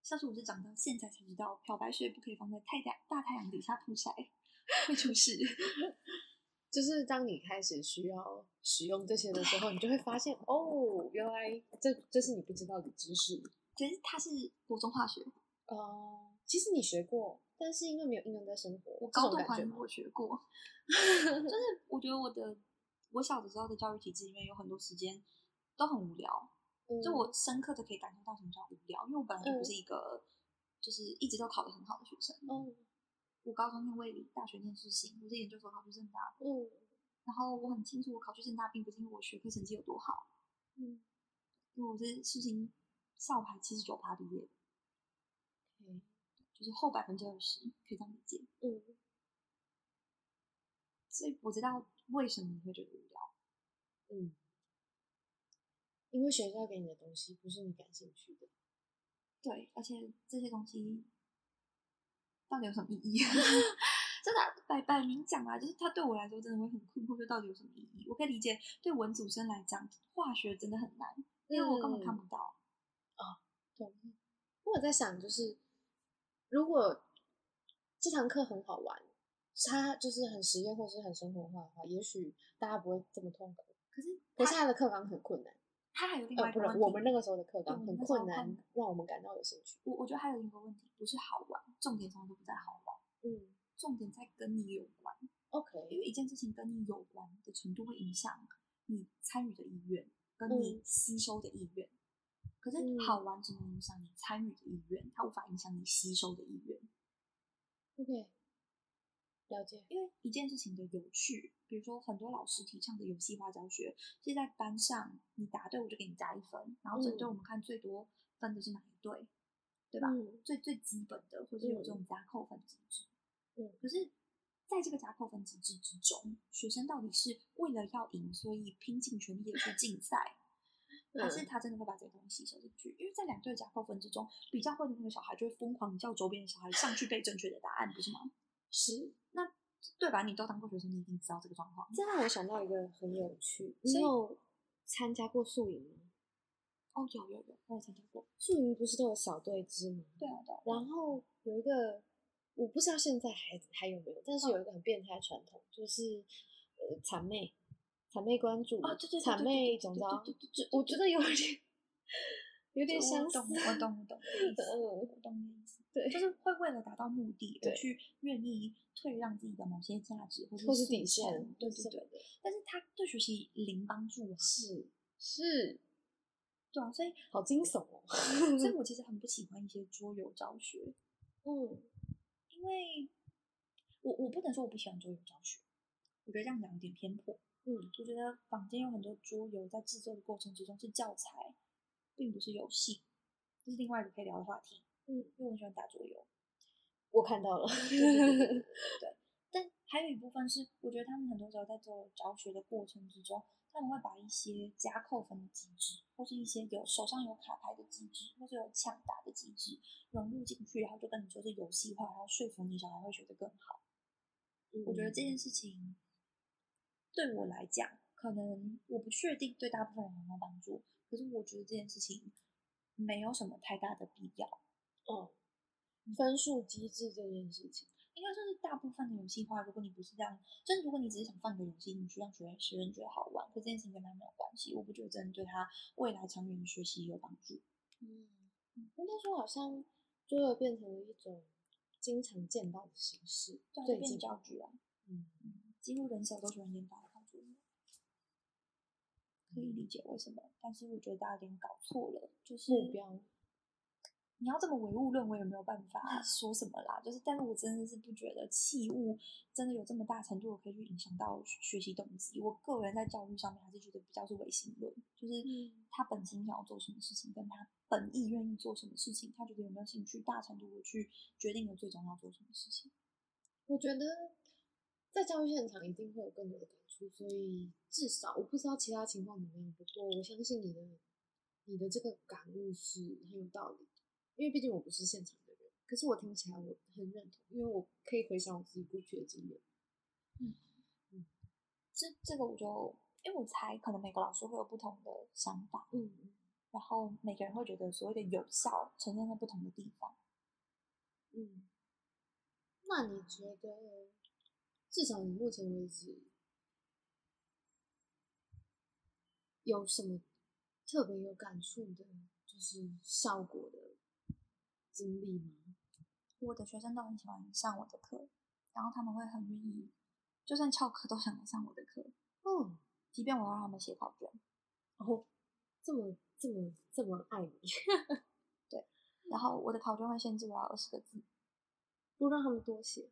Speaker 1: 像是我是长到现在才知道，漂白水不可以放在太大大太阳底下曝晒，会出事。
Speaker 2: 就是当你开始需要使用这些的时候，你就会发现哦，原来这这是你不知道的知识。
Speaker 1: 可是它是国中化学，
Speaker 2: 哦，其实你学过，但是因为没有应用在生活，
Speaker 1: 我
Speaker 2: 这
Speaker 1: 高等
Speaker 2: 种感
Speaker 1: 环
Speaker 2: 觉
Speaker 1: 境
Speaker 2: 吗
Speaker 1: 我学 过，就是我觉得我的我小的时候的教育体制里面有很多时间都很无聊，就
Speaker 2: 嗯
Speaker 1: 我深刻的可以感受到什么叫无聊，因为我本来就不
Speaker 2: 嗯
Speaker 1: 是一个、就是一直都考得很好的学生。
Speaker 2: 哦，
Speaker 1: 我高中念卫理，大学念世新，我是研究所考去正大的，
Speaker 2: 嗯
Speaker 1: 然后我很清楚我考去正大并不是因为我学科成绩有多好。
Speaker 2: 嗯
Speaker 1: 因为我是世新校排七十九趴毕业的，
Speaker 2: ，OK，
Speaker 1: 就是后百分之二十，可以这样理解。
Speaker 2: 嗯
Speaker 1: 所以我知道为什么你会觉得无聊，
Speaker 2: 嗯，因为学校给你的东西不是你感兴趣的，
Speaker 1: 对，而且这些东西到底有什么意义？ 真的啊摆摆明讲啦，就是它对我来说真的会很困惑，就到底有什么意义？我可以理解，对文组生来讲，化学真的很难，因为我根本看不到。
Speaker 2: 同意。我有在想，就是如果这堂课很好玩，它就是很实验或是很生活化的话，也许大家不会这么痛苦。
Speaker 1: 可是它
Speaker 2: 可是它的课纲很困难，
Speaker 1: 它还有另外
Speaker 2: 呃，
Speaker 1: 一个
Speaker 2: 不
Speaker 1: 问
Speaker 2: 是
Speaker 1: 题，
Speaker 2: 我们那个时候的课
Speaker 1: 对
Speaker 2: 纲
Speaker 1: 我
Speaker 2: 很
Speaker 1: 们那时候
Speaker 2: 困难
Speaker 1: 困，
Speaker 2: 让我们感到有兴趣。
Speaker 1: 我我觉得还有一个问题，不是好玩，重点从来都不在好玩，
Speaker 2: 嗯
Speaker 1: 重点在跟你有关。因
Speaker 2: ，OK，
Speaker 1: 为一件事情跟你有关的程度会影响你参与的意愿，跟你
Speaker 2: 嗯
Speaker 1: 吸收的意愿。可是
Speaker 2: 嗯
Speaker 1: 好玩只能影响你参与的意愿，它无法影响你吸收的意愿。
Speaker 2: OK，了解。
Speaker 1: 因为一件事情的有趣，比如说很多老师提倡的游戏化教学，是在班上你答对我就给你加一分，然后针对
Speaker 2: 嗯
Speaker 1: 我们看最多分的是哪一队，对吧？
Speaker 2: 嗯
Speaker 1: 最最基本的，或者有这种加扣分机制。
Speaker 2: 嗯
Speaker 1: 可是在这个加扣分机制之中，学生到底是为了要赢，所以拼尽全力的去竞 赛，还是他真的会把这个东西吸收进去？因为在两队的加扣分之中，比较会的那个小孩就会疯狂叫周边的小孩上去背正确的答案，不是吗？是，那对吧？你都当过学生，你一定知道这个状况。
Speaker 2: 这让我想到一个很有趣，你
Speaker 1: 所以
Speaker 2: 有参加过宿营吗？
Speaker 1: 哦，有有有，我有参加过。
Speaker 2: 宿营不是都有小队制吗？
Speaker 1: 对啊，对啊，
Speaker 2: 然后有一个，我不知道现在还还有没有，但
Speaker 1: 嗯
Speaker 2: 是有一个很变态的传统，就是呃谄媚，谄媚关注，
Speaker 1: 哦对对对
Speaker 2: 谄
Speaker 1: 对对
Speaker 2: 媚
Speaker 1: 对
Speaker 2: 总
Speaker 1: 对
Speaker 2: 招
Speaker 1: 对对对对，
Speaker 2: 我觉得有点有点
Speaker 1: 我
Speaker 2: 相似
Speaker 1: 懂，，我懂，我懂你 的意思，
Speaker 2: 嗯
Speaker 1: 我懂你的意思。
Speaker 2: 对，
Speaker 1: 就是会为了达到目的而
Speaker 2: 对
Speaker 1: 去愿意退让自己的某些价值或
Speaker 2: 或
Speaker 1: 是
Speaker 2: 是
Speaker 1: 底
Speaker 2: 底
Speaker 1: 线
Speaker 2: 线，
Speaker 1: 对
Speaker 2: 或
Speaker 1: 对
Speaker 2: 是
Speaker 1: 对。但是他对学习零帮助啊，
Speaker 2: 是是，
Speaker 1: 对啊，所 以
Speaker 2: 好惊悚哦，
Speaker 1: 所以我其实很不喜欢一些桌游教学，
Speaker 2: 嗯，
Speaker 1: 因为我我不能说我不喜欢桌游教学，我觉得这样讲有点偏颇。
Speaker 2: 嗯，
Speaker 1: 我觉得坊间有很多桌游在制作的过程之中是教材，并不是游戏，这是另外一个可以聊的话题。
Speaker 2: 嗯，
Speaker 1: 因为我很喜欢打桌游，
Speaker 2: 我看到了，
Speaker 1: 对对对对对对。但还有一部分是，我觉得他们很多时候在做教学的过程之中，他们会把一些加扣分的机制，或是一些有手上有卡牌的机制，或者有抢答的机制融入进去，然后就跟你说是游戏化，然后说服你小孩会学得更好。我觉得这件事情对我来讲，可能我不确定对大部分人有没有帮助，可是我觉得这件事情没有什么太大的必要。
Speaker 2: 哦，分数机制这件事情，
Speaker 1: 应该说是大部分的游戏化，如果你不是这样，就是如果你只是想放个游戏进去让学生学生觉得好玩，可这件事情跟他没有关系，我不觉得真的对他未来长远的学习有帮助。
Speaker 2: 嗯，应该说好像桌游变成了一种经常见到的形式，
Speaker 1: 对啊，就
Speaker 2: 最
Speaker 1: 变
Speaker 2: 近，
Speaker 1: 教具啊，
Speaker 2: 嗯，
Speaker 1: 几乎人手都喜欢研发一套桌游，可以理解为什么，但是我觉得大家有点搞错了，就是
Speaker 2: 目标，
Speaker 1: 你要这么唯物论，我也没有办法说什么啦。就是，但是我真的是不觉得器物真的有这么大程度地可以去影响到学习动机。我个人在教育上面还是觉得比较是唯心论，就是
Speaker 2: 嗯
Speaker 1: 他本心想要做什么事情，跟他本意愿意做什么事情，他觉得有没有兴趣，大程度的去决定了最终要做什么事情。
Speaker 2: 我觉得在教育现场一定会有更多的感触，所以至少我不知道其他情况怎么样，不过我相信你的你的这个感悟是很有道理的，因为毕竟我不是现场的人，可是我听起来我很认同，因为我可以回想我自己过去的经验，
Speaker 1: 这这个我就，因为我猜可能每个老师会有不同的想法，
Speaker 2: 嗯嗯
Speaker 1: 然后每个人会觉得所谓的有效呈现在不同的地方。
Speaker 2: 嗯，那你觉得，至少你目前为止，有什么特别有感触的，就是效果的经历吗？
Speaker 1: 我的学生都很喜欢上我的课，然后他们会很愿意，就算翘课都想来上我的课，
Speaker 2: 哦，
Speaker 1: 即便我要让他们写考卷。
Speaker 2: 哦，这么这么这么爱你，
Speaker 1: 然后我的考卷会限制我要二十个字，
Speaker 2: 不让他们多写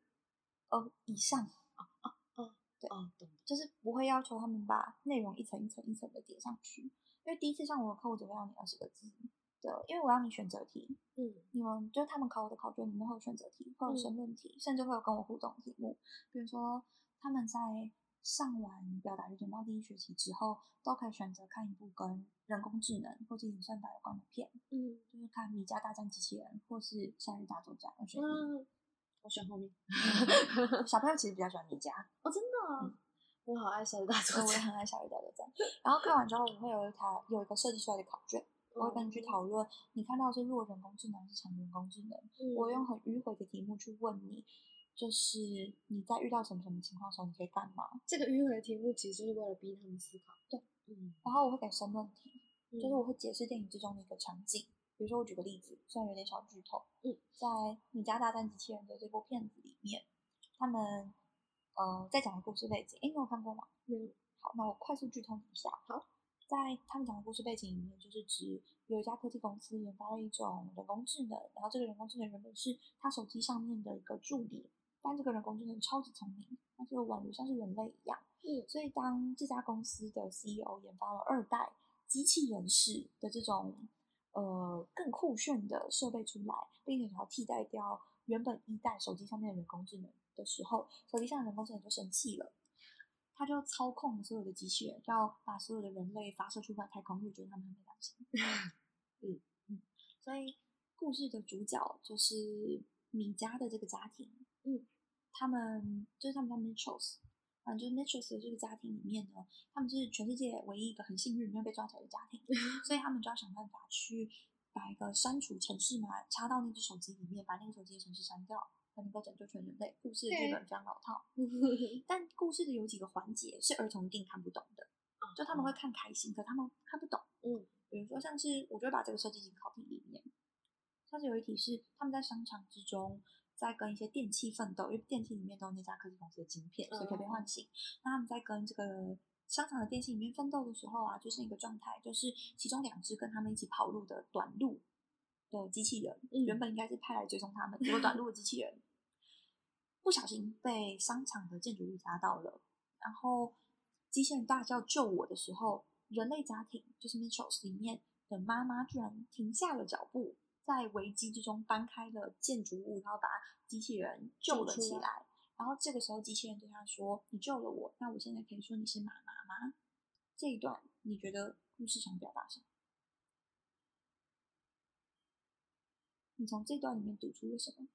Speaker 1: 呃以上，
Speaker 2: 哦，懂
Speaker 1: 就是不会要求他们把内容一层一层一层的叠上去。因为第一次上我的课，我只会让你二十个字的，因为我要你选择题，
Speaker 2: 嗯
Speaker 1: 你们就是他们考我的考卷里面会有选择题，会有申论题，甚至会有跟我互动题目。比如说，他们在上完表达与简报第一学期之后，都可以选择看一部跟人工智能或者演算法有关的片，
Speaker 2: 嗯
Speaker 1: 就是看《米家大战机器人》或是《夏日大作战》二选一。
Speaker 2: 嗯，我选后面
Speaker 1: 小朋友其实比较喜欢米家，
Speaker 2: 哦，真的啊、我好爱小大
Speaker 1: 所
Speaker 2: 作
Speaker 1: 以我也
Speaker 2: 战，
Speaker 1: 很爱夏日大作战。然后看完之后，我会有一台有一个设计出来的考卷，我 会
Speaker 2: 嗯
Speaker 1: 根据讨论你看到的是弱人工智能还是强人工智能。
Speaker 2: 嗯
Speaker 1: 我用很迂回的题目去问你，就是你在遇到什么什么情况的时候，你可以干嘛？
Speaker 2: 这个迂回的题目其实就是为了逼他们思考。
Speaker 1: 对，
Speaker 2: 嗯，
Speaker 1: 然后我会给申论题，
Speaker 2: 就
Speaker 1: 就是我会解释电影之中的一个场景。比如说，我举个例子，虽然有点小剧透，
Speaker 2: 嗯，
Speaker 1: 在《你家大战机器人》的这部片子里面，他们呃在讲的故事背景，诶，你有看过吗？
Speaker 2: 没有
Speaker 1: 好，那我快速剧透你一下。
Speaker 2: 好，
Speaker 1: 在他们讲的故事背景里面，就是指有一家科技公司研发了一种人工智能，然后这个人工智能原本是他手机上面的一个助理，但这个人工智能超级聪明，它就宛如像是人类一样。
Speaker 2: 嗯
Speaker 1: 所以 E 当这家公司的 CEO 研发了二代机器人式的这种。呃更酷炫的设备出来，并且想要替代掉原本一代手机上面的人工智能的时候，手机上的人工智能就生气了，他就操控所有的机器人，要把所有的人类发射出外太空，就觉得他们很没良心。 嗯嗯，所以故事的主角就是米家的这个家庭，嗯，他们就是他们叫 Mitchells，反正就是 Mitchells 的这个家庭里面呢，他们是全世界唯一一个很幸运没有被抓起来的家庭，所以他们就要想办法去把一个删除程式嘛插到那只手机里面，把那个手机的程式删掉，才能够拯救全人类。故事的剧本非常老套， 但故事的有几个环节是儿童一定看不懂的，就他们会看开心，可他们看不懂。
Speaker 2: 嗯，
Speaker 1: 比如说像是我就会把这个设计进考题里面，像是有一题是他们在商场之中。在跟一些电器奋斗，因为电器里面都有那家科技公司的晶片，所以可以被唤醒。那他们在跟这个商场的电信里面奋斗的时候啊，就是一个状态，就是其中两只跟他们一起跑路的短路的机器人，
Speaker 2: 嗯
Speaker 1: 原本应该是派来追踪他们，结果短路的机器人不小心被商场的建筑物砸到了，然后机器人大叫救我的时候，人类家庭就是 Mitchells 里面的妈妈居然停下了脚步，在危机之中搬开了建筑物，然后把机器人救
Speaker 2: 救
Speaker 1: 了
Speaker 2: 出
Speaker 1: 起
Speaker 2: 来
Speaker 1: 来。然后这个时候，机器人对他说：“你救了我，那我现在可以说你是妈妈吗？”这一段你觉得故事想表达什么？你从这段里面读出了什么？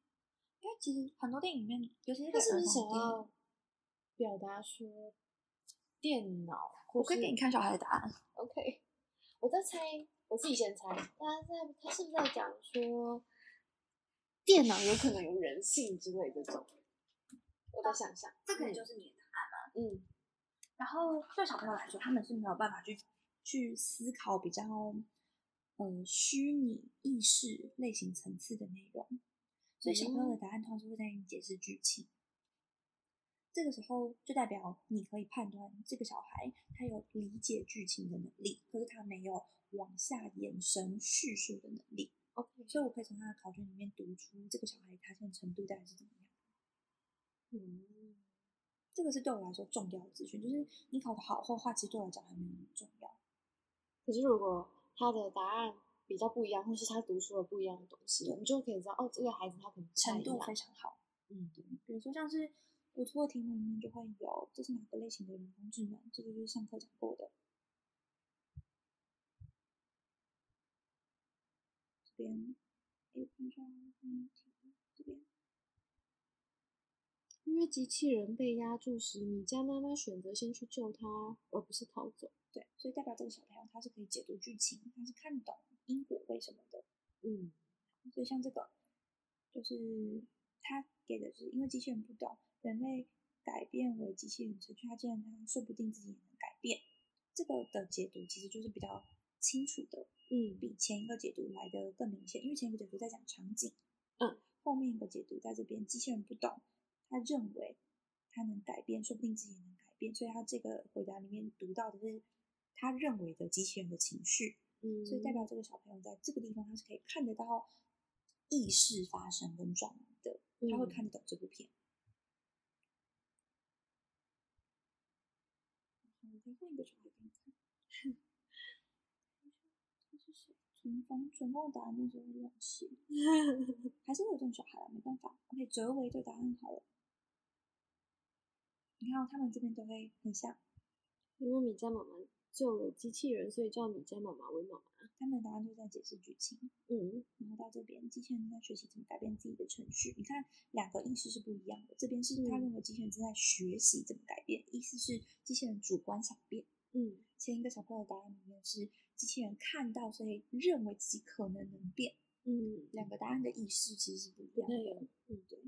Speaker 1: 因为其实很多电影里面，尤其是
Speaker 2: 他是不
Speaker 1: 在儿
Speaker 2: 是
Speaker 1: 童
Speaker 2: 想
Speaker 1: 电影
Speaker 2: 要表达说电脑？
Speaker 1: 我可以给你看小孩的答案。
Speaker 2: OK，我 在猜，我自己先猜，他在他是不是在讲说电脑有可能有人性之类的这种？我在想象，
Speaker 1: 这可能
Speaker 2: 嗯
Speaker 1: 就是你的答案。
Speaker 2: 嗯
Speaker 1: 然后对小朋友来说，他们是没有办法去去思考比较呃虚拟意识类型层次的内容，所以小朋友的答案通常会在你解释剧情。这个时候就代表你可以判断这个小孩他有理解剧情的能力，可是他没有往下延伸叙述的能力。
Speaker 2: ，OK，
Speaker 1: 所以我可以从他的考卷里面读出这个小孩他现在程度大概是怎么样。
Speaker 2: 嗯，
Speaker 1: 这个是对我来说重要的资讯，就是你考的好或坏，其实对我来讲还没有那么重要。
Speaker 2: 可是如果他的答案比较不一样，或是他读出了不一样的东西，你就可以知道哦，这个孩子他可能不太
Speaker 1: 程
Speaker 2: 一
Speaker 1: 度
Speaker 2: 样
Speaker 1: 非常好。
Speaker 2: 嗯，
Speaker 1: 对，比如说像是我出的题目里面就会有，这是哪个类型的人工智能？这个就是上课讲过的。这边，哎，我看一下，嗯，这边，
Speaker 2: 因为机器人被压住时，米家妈妈选择先去救他，而不是逃走。
Speaker 1: 对，所以代表这个小朋友他是可以解读剧情，他是看懂因果为什么的。
Speaker 2: 嗯
Speaker 1: 所以像这个，就是他给的是，因为机器人不懂，人类改变为机器人程序，他既然他说不定自己也能改变，这个的解读其实就是比较清楚的，
Speaker 2: 嗯
Speaker 1: 比前一个解读来的更明显，因为前一个解读在讲场景，
Speaker 2: 嗯，
Speaker 1: 后面一个解读在这边机器人不懂，他认为他能改变，说不定自己也能改变，所以他这个回答里面读到的是他认为的机器人的情绪，
Speaker 2: 嗯，
Speaker 1: 所以代表这个小朋友在这个地方他是可以看得到意识发生跟转移的，他会
Speaker 2: 嗯
Speaker 1: 看得懂这部片。我再换一个小孩给你看， 这是谁？淳风，淳风的答案那时候乱写，还是会有这种小孩啊，没办法。OK，哲维的答案好了。你看哦、他们这边都会很像，
Speaker 2: 因为米家妈妈救了机器人，所以叫米家妈妈为妈妈。
Speaker 1: 他们的答案就在解释剧情。
Speaker 2: 嗯
Speaker 1: 然后到这边，机器人在学习怎么改变自己的程序。你看，两个意识是不一样的。这边是他
Speaker 2: 嗯
Speaker 1: 认为机器人正在学习怎么改变，意思是机器人主观想变。
Speaker 2: 嗯
Speaker 1: 前一个小朋友的答案里面是机器人看到，所以认为自己可能能变。
Speaker 2: 嗯，
Speaker 1: 两个答案的意识其实是不一样
Speaker 2: 那
Speaker 1: 的。
Speaker 2: 有，
Speaker 1: 嗯，对。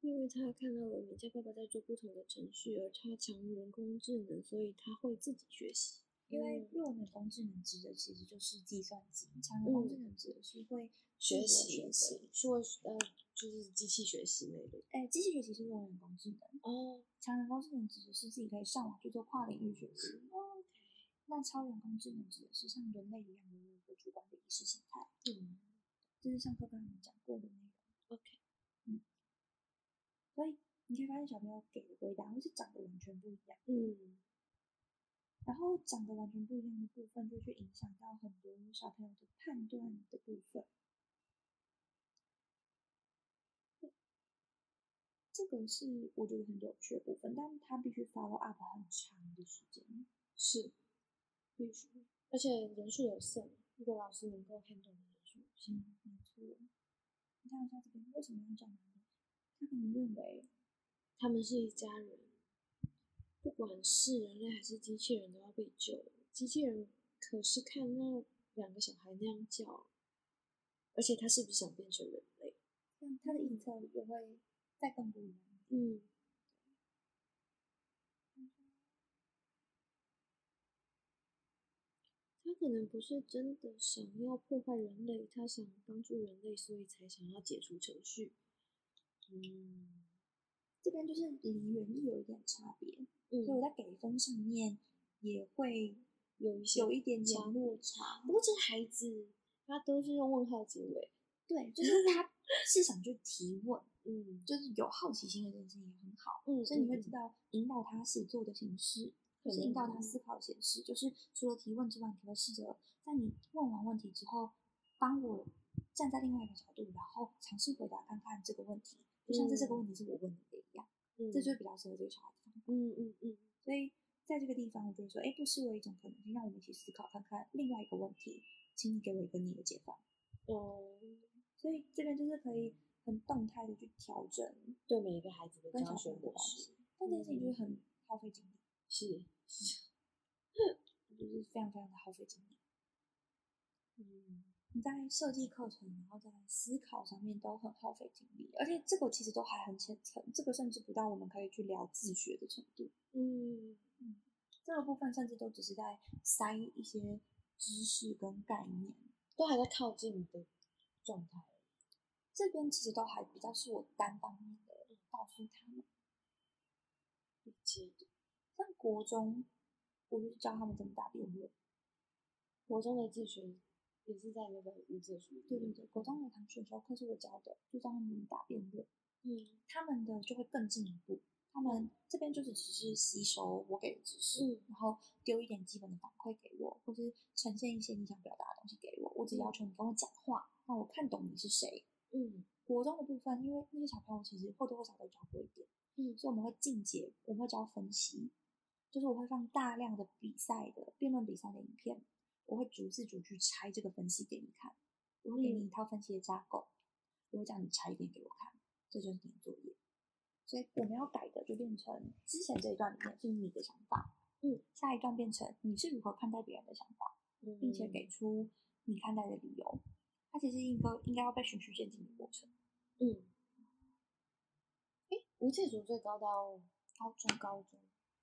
Speaker 2: 因为他看到了米家爸爸在做不同的程序，而他强于人工智能，所以他会自己学习。
Speaker 1: 因为
Speaker 2: 嗯
Speaker 1: 弱人工智能指的其实就是计算机，强人工智
Speaker 2: 嗯
Speaker 1: 能指的是会自
Speaker 2: 学
Speaker 1: 我
Speaker 2: 习
Speaker 1: 学习。
Speaker 2: 说呃就是机器学习那类。
Speaker 1: 哎，机器学习是弱人工智能。
Speaker 2: 哦，
Speaker 1: 强人工智能指的是自己可以上网去做跨领域学习。哦那超人工智能指的是像人类一样拥有一个主观的意识形态。
Speaker 2: 嗯
Speaker 1: 这是上课刚刚我们讲过的内容。
Speaker 2: ，OK，
Speaker 1: 嗯所以你可以发现小朋友给的回答会是长得完全不一样。
Speaker 2: 嗯，
Speaker 1: 然后讲的完全不一样的部分，就去影响到很多小朋友的判断的部分。这个是我觉得很有趣的部分，但它必须 follow up 很长的时间。
Speaker 2: 是必须，而且人数有限，一个老师能够 handle 的人数有限。
Speaker 1: 嗯，没错。你看一下这边为什么要讲男的？他可能认为
Speaker 2: 他们是一家人，不管是人类还是机器人都要被救。机器人可是看那两个小孩那样叫，而且他是不是想变成人类？
Speaker 1: 但他的臆测也会再更不一样。
Speaker 2: 嗯，他可能不是真的想要破坏人类，他想帮助人类，所以才想要解除程序。嗯
Speaker 1: 这边就是离原意有一点差别，所以我
Speaker 2: 嗯，
Speaker 1: 在给分上面也会
Speaker 2: 有一些
Speaker 1: 有一点点
Speaker 2: 差别
Speaker 1: 落差。
Speaker 2: 不过这孩子他都是用问号结尾。
Speaker 1: 对，就是他是想去提问，
Speaker 2: 嗯
Speaker 1: 就是有好奇心的这件事情也很好，
Speaker 2: 嗯，
Speaker 1: 所以你会
Speaker 2: 嗯
Speaker 1: 知道引导他写作的形式，
Speaker 2: 嗯
Speaker 1: 就是引导他思考的形式，就是除了提问之外，你可不可以试着在你问完问题之后，帮我站在另外一个角度，然后尝试回答看看这个问题，就像是这个
Speaker 2: 嗯
Speaker 1: 问题是我问你的一样，
Speaker 2: 嗯
Speaker 1: 这就是比较适合这个小孩子。
Speaker 2: 嗯嗯嗯
Speaker 1: 所以在这个地方，我就会说，哎，不失为一种可能性，让我们一起思考看看另外一个问题，请你给我一个你的解法。
Speaker 2: 哦，
Speaker 1: 所以这边就是可以很动态的去调整
Speaker 2: 对每一个孩子的
Speaker 1: 跟小
Speaker 2: 教
Speaker 1: 朋
Speaker 2: 学
Speaker 1: 友的
Speaker 2: 模
Speaker 1: 关系，
Speaker 2: 式嗯
Speaker 1: 但这件事情就是很耗费精力，
Speaker 2: 是
Speaker 1: 就是非常非常的耗费精力。
Speaker 2: 嗯
Speaker 1: 你在设计课程，然后在思考上面都很耗费精力，而且这个其实都还很浅层，这个甚至不到我们可以去聊自学的程度。
Speaker 2: 嗯
Speaker 1: 这个部分甚至都只是在塞一些知识跟概念，
Speaker 2: 都还在靠近的状态。
Speaker 1: 这边其实都还比较是我单方面的告诉他们。
Speaker 2: 理解的。
Speaker 1: 像国中，我就是教他们怎么打辩论，
Speaker 2: 国中的自学也是在那个无字书里面。
Speaker 1: 对对对，国中有堂选修课是我教的，就教他们怎么打辩论，
Speaker 2: 嗯
Speaker 1: 他们的就会更进一步。他们这边就是只是吸收我给的知识，
Speaker 2: 嗯
Speaker 1: 然后丢一点基本的反馈给我，或是呈现一些你想表达的东西给我。我只要求你跟我讲话，让我看懂你是谁。
Speaker 2: 嗯
Speaker 1: 国中的部分，因为那些小朋友其实或多或少都教过一点，
Speaker 2: 嗯
Speaker 1: 所以我们会进阶，我们会教分析，就是我会放大量的比赛的辩论比赛的影片，我会逐字逐句拆这个分析给你看，我会给
Speaker 2: 嗯
Speaker 1: 你一套分析的架构，我会叫你拆一遍给我看，这就是你的作业。所以我们要改的就变成之前这一段里面是你的想法，
Speaker 2: 嗯，
Speaker 1: 下一段变成你是如何看待别人的想法，
Speaker 2: 嗯，
Speaker 1: 并且给出你看待的理由。它其实是一个应该要被循序渐进的过程。
Speaker 2: 嗯。诶，无字书最高到
Speaker 1: 高中，高中，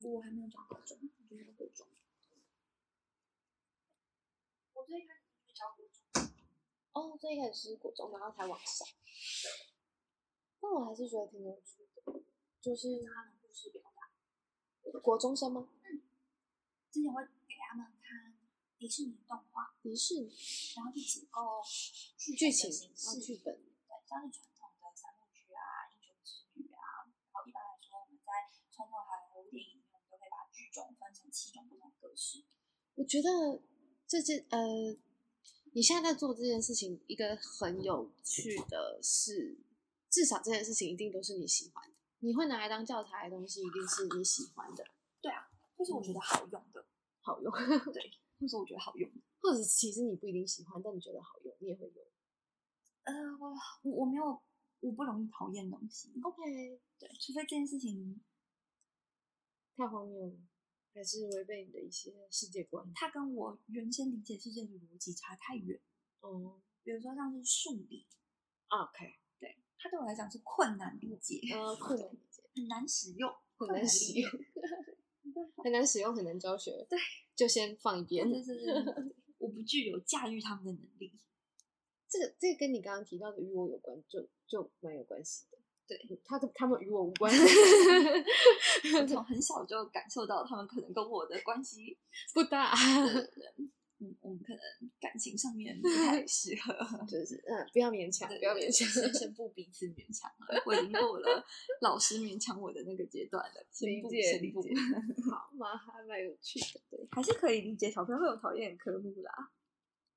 Speaker 1: 我还没有讲高中，我就是国中。我最开始就是教国中，
Speaker 2: 哦，最一开始是国中，然后才往上。但我还是觉得挺有趣的，就是
Speaker 1: 他们故事表达。
Speaker 2: 国中生吗？
Speaker 1: 之前会给他们看迪士尼动画，
Speaker 2: 迪士尼
Speaker 1: 然后去解构
Speaker 2: 剧
Speaker 1: 剧
Speaker 2: 情
Speaker 1: 情的形
Speaker 2: 啊，
Speaker 1: 式，
Speaker 2: 剧本。
Speaker 1: 对，像是传统的三部曲啊、英雄之旅啊，然后一般来说我们在传统韩国电影里面，我们都会把剧种分成七种不同的格式。
Speaker 2: 我觉得这件呃，你现在在做这件事情，一个很有趣的是，至少这件事情一定都是你喜欢的，你会拿来当教材的东西，一定是你喜欢的，
Speaker 1: 对啊，就是我觉得好用的，
Speaker 2: 好用，
Speaker 1: 就是我觉得好用的。
Speaker 2: 或者其实你不一定喜欢，但你觉得好用，你也会用。
Speaker 1: 呃，我我我没有，我不容易讨厌东西。
Speaker 2: OK，
Speaker 1: 对，除非这件事情
Speaker 2: 太荒谬了，还是违背你的一些世界观。
Speaker 1: 它跟我原先理解世界的逻辑差太远。
Speaker 2: 哦、
Speaker 1: 比如说像是数理，
Speaker 2: o k
Speaker 1: 它对我来讲是困难理解，
Speaker 2: 呃，困难理解，
Speaker 1: 很难使用，
Speaker 2: 很难
Speaker 1: 理
Speaker 2: 使
Speaker 1: 解
Speaker 2: 用， 很难使用，很难教学。
Speaker 1: 对，
Speaker 2: 就先放一边。
Speaker 1: 对对对对 对我不具有驾驭他们的能力。
Speaker 2: 这个这个跟你刚刚提到的与我有关，就就蛮有关系的。
Speaker 1: 对
Speaker 2: 嗯，他的他们与我无关。
Speaker 1: 我从很小就感受到他们可能跟我的关系
Speaker 2: 不大。嗯嗯，
Speaker 1: 可能感情上面不 太适合。
Speaker 2: 就是嗯，不要勉强，
Speaker 1: 对
Speaker 2: 不要勉强。
Speaker 1: 先先不彼此勉强了。我已经过 了老师勉强我的那个阶段了，先
Speaker 2: 理
Speaker 1: 不
Speaker 2: 解
Speaker 1: 先
Speaker 2: 理
Speaker 1: 不
Speaker 2: 解，好嘛，还蛮有趣的，对，
Speaker 1: 还是可以理解小朋友会有讨厌的科目啦。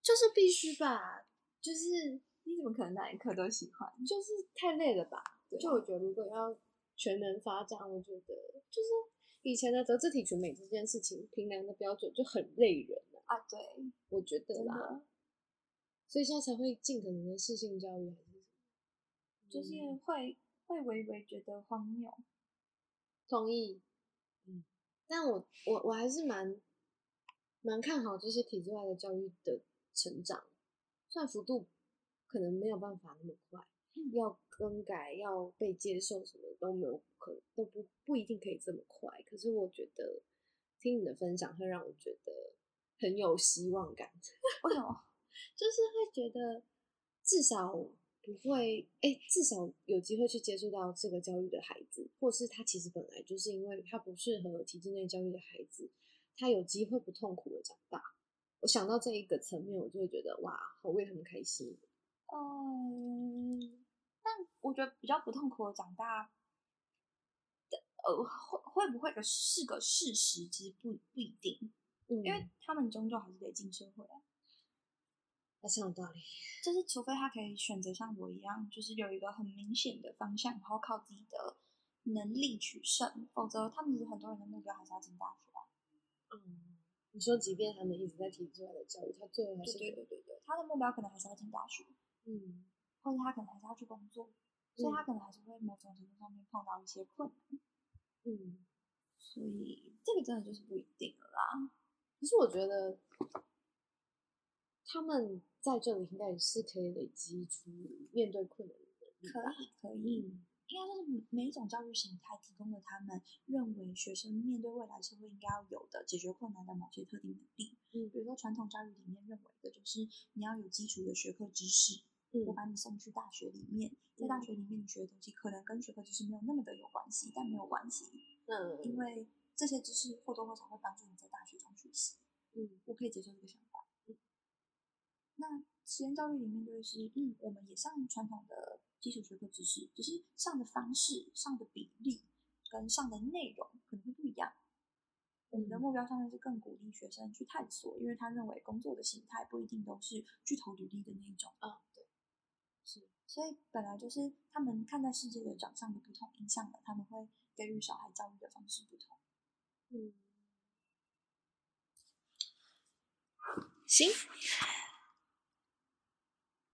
Speaker 2: 就是必须吧，
Speaker 1: 就是你怎么可能哪一科都喜欢？
Speaker 2: 就是太累了吧？
Speaker 1: 对啊
Speaker 2: 就我觉得，如果要全能发展，我觉得就是以前的德智体群美这件事情，评量的标准就很累人了、
Speaker 1: 啊，对，
Speaker 2: 我觉得
Speaker 1: 真
Speaker 2: 啦
Speaker 1: 的。
Speaker 2: 所以现在才会尽可能的适性教育，还是什么
Speaker 1: 就是
Speaker 2: 嗯
Speaker 1: 会会微微觉得荒谬。
Speaker 2: 同意。嗯，但我我我还是蛮蛮看好这些体制外的教育的成长，虽然幅度可能没有办法那么快，要更改、要被接受什么都没有可都不不一定可以这么快。可是我觉得听你的分享会让我觉得很有希望感，
Speaker 1: 为什么？
Speaker 2: 就是会觉得至少不会，哎、至少有机会去接触到这个教育的孩子，或是他其实本来就是因为他不适合体制内教育的孩子，他有机会不痛苦的长大。我想到这一个层面，我就会觉得哇，好为他们开心。哦
Speaker 1: 嗯，但我觉得比较不痛苦的长大，呃，会会不会个是个事实，其实不不一定，
Speaker 2: 嗯，
Speaker 1: 因为他们终究还是得进社会啊。
Speaker 2: 好像有道理。
Speaker 1: 就是除非他可以选择像我一样，就是有一个很明显的方向，然后靠自己的能力取胜，否则他们其实很多人的目标还是要进大学啊。
Speaker 2: 嗯，你说即便他们一直在体制外的教育，他最后还
Speaker 1: 对
Speaker 2: 是
Speaker 1: 对
Speaker 2: 觉得
Speaker 1: 对对对，他的目标可能还是要进大学，
Speaker 2: 嗯
Speaker 1: 或者他可能还是要去工作，所以他可能还是会某种程度上面碰到一些困难，
Speaker 2: 嗯。
Speaker 1: 所以这个真的就是不一定了啦。
Speaker 2: 可是我觉得他们在这里应该也是可以累积出面对困难的能力
Speaker 1: 可
Speaker 2: 吧。
Speaker 1: 以可以，
Speaker 2: 嗯
Speaker 1: 应该说是每一种教育形态提供了他们认为学生面对未来社会应该要有的解决困难的某些特定能力。
Speaker 2: 嗯
Speaker 1: 比如说传统教育里面认为的就是你要有基础的学科知识，我
Speaker 2: 嗯
Speaker 1: 把你送去大学里面，在大
Speaker 2: 嗯
Speaker 1: 学里面你学的东西可能跟学科知识没有那么的有关系，但没有关系，因
Speaker 2: 嗯
Speaker 1: 为这些知识或多或少会帮助你在大学中学习。
Speaker 2: 嗯
Speaker 1: 我可以接受这个想法。嗯那实验教育里面就会是，嗯，我们也上传统的基础学科知识，只是上的方式、上的比例跟上的内容可能会不一样。我们的
Speaker 2: 嗯
Speaker 1: 目标上面是更鼓励学生去探索，因为他认为工作的形态不一定都是去投履历的那一种。
Speaker 2: 啊
Speaker 1: 嗯对，是，所以本来就是他们看待世界的长相的不同，影响了他们会给予小孩教育的方式不同。
Speaker 2: 嗯，行，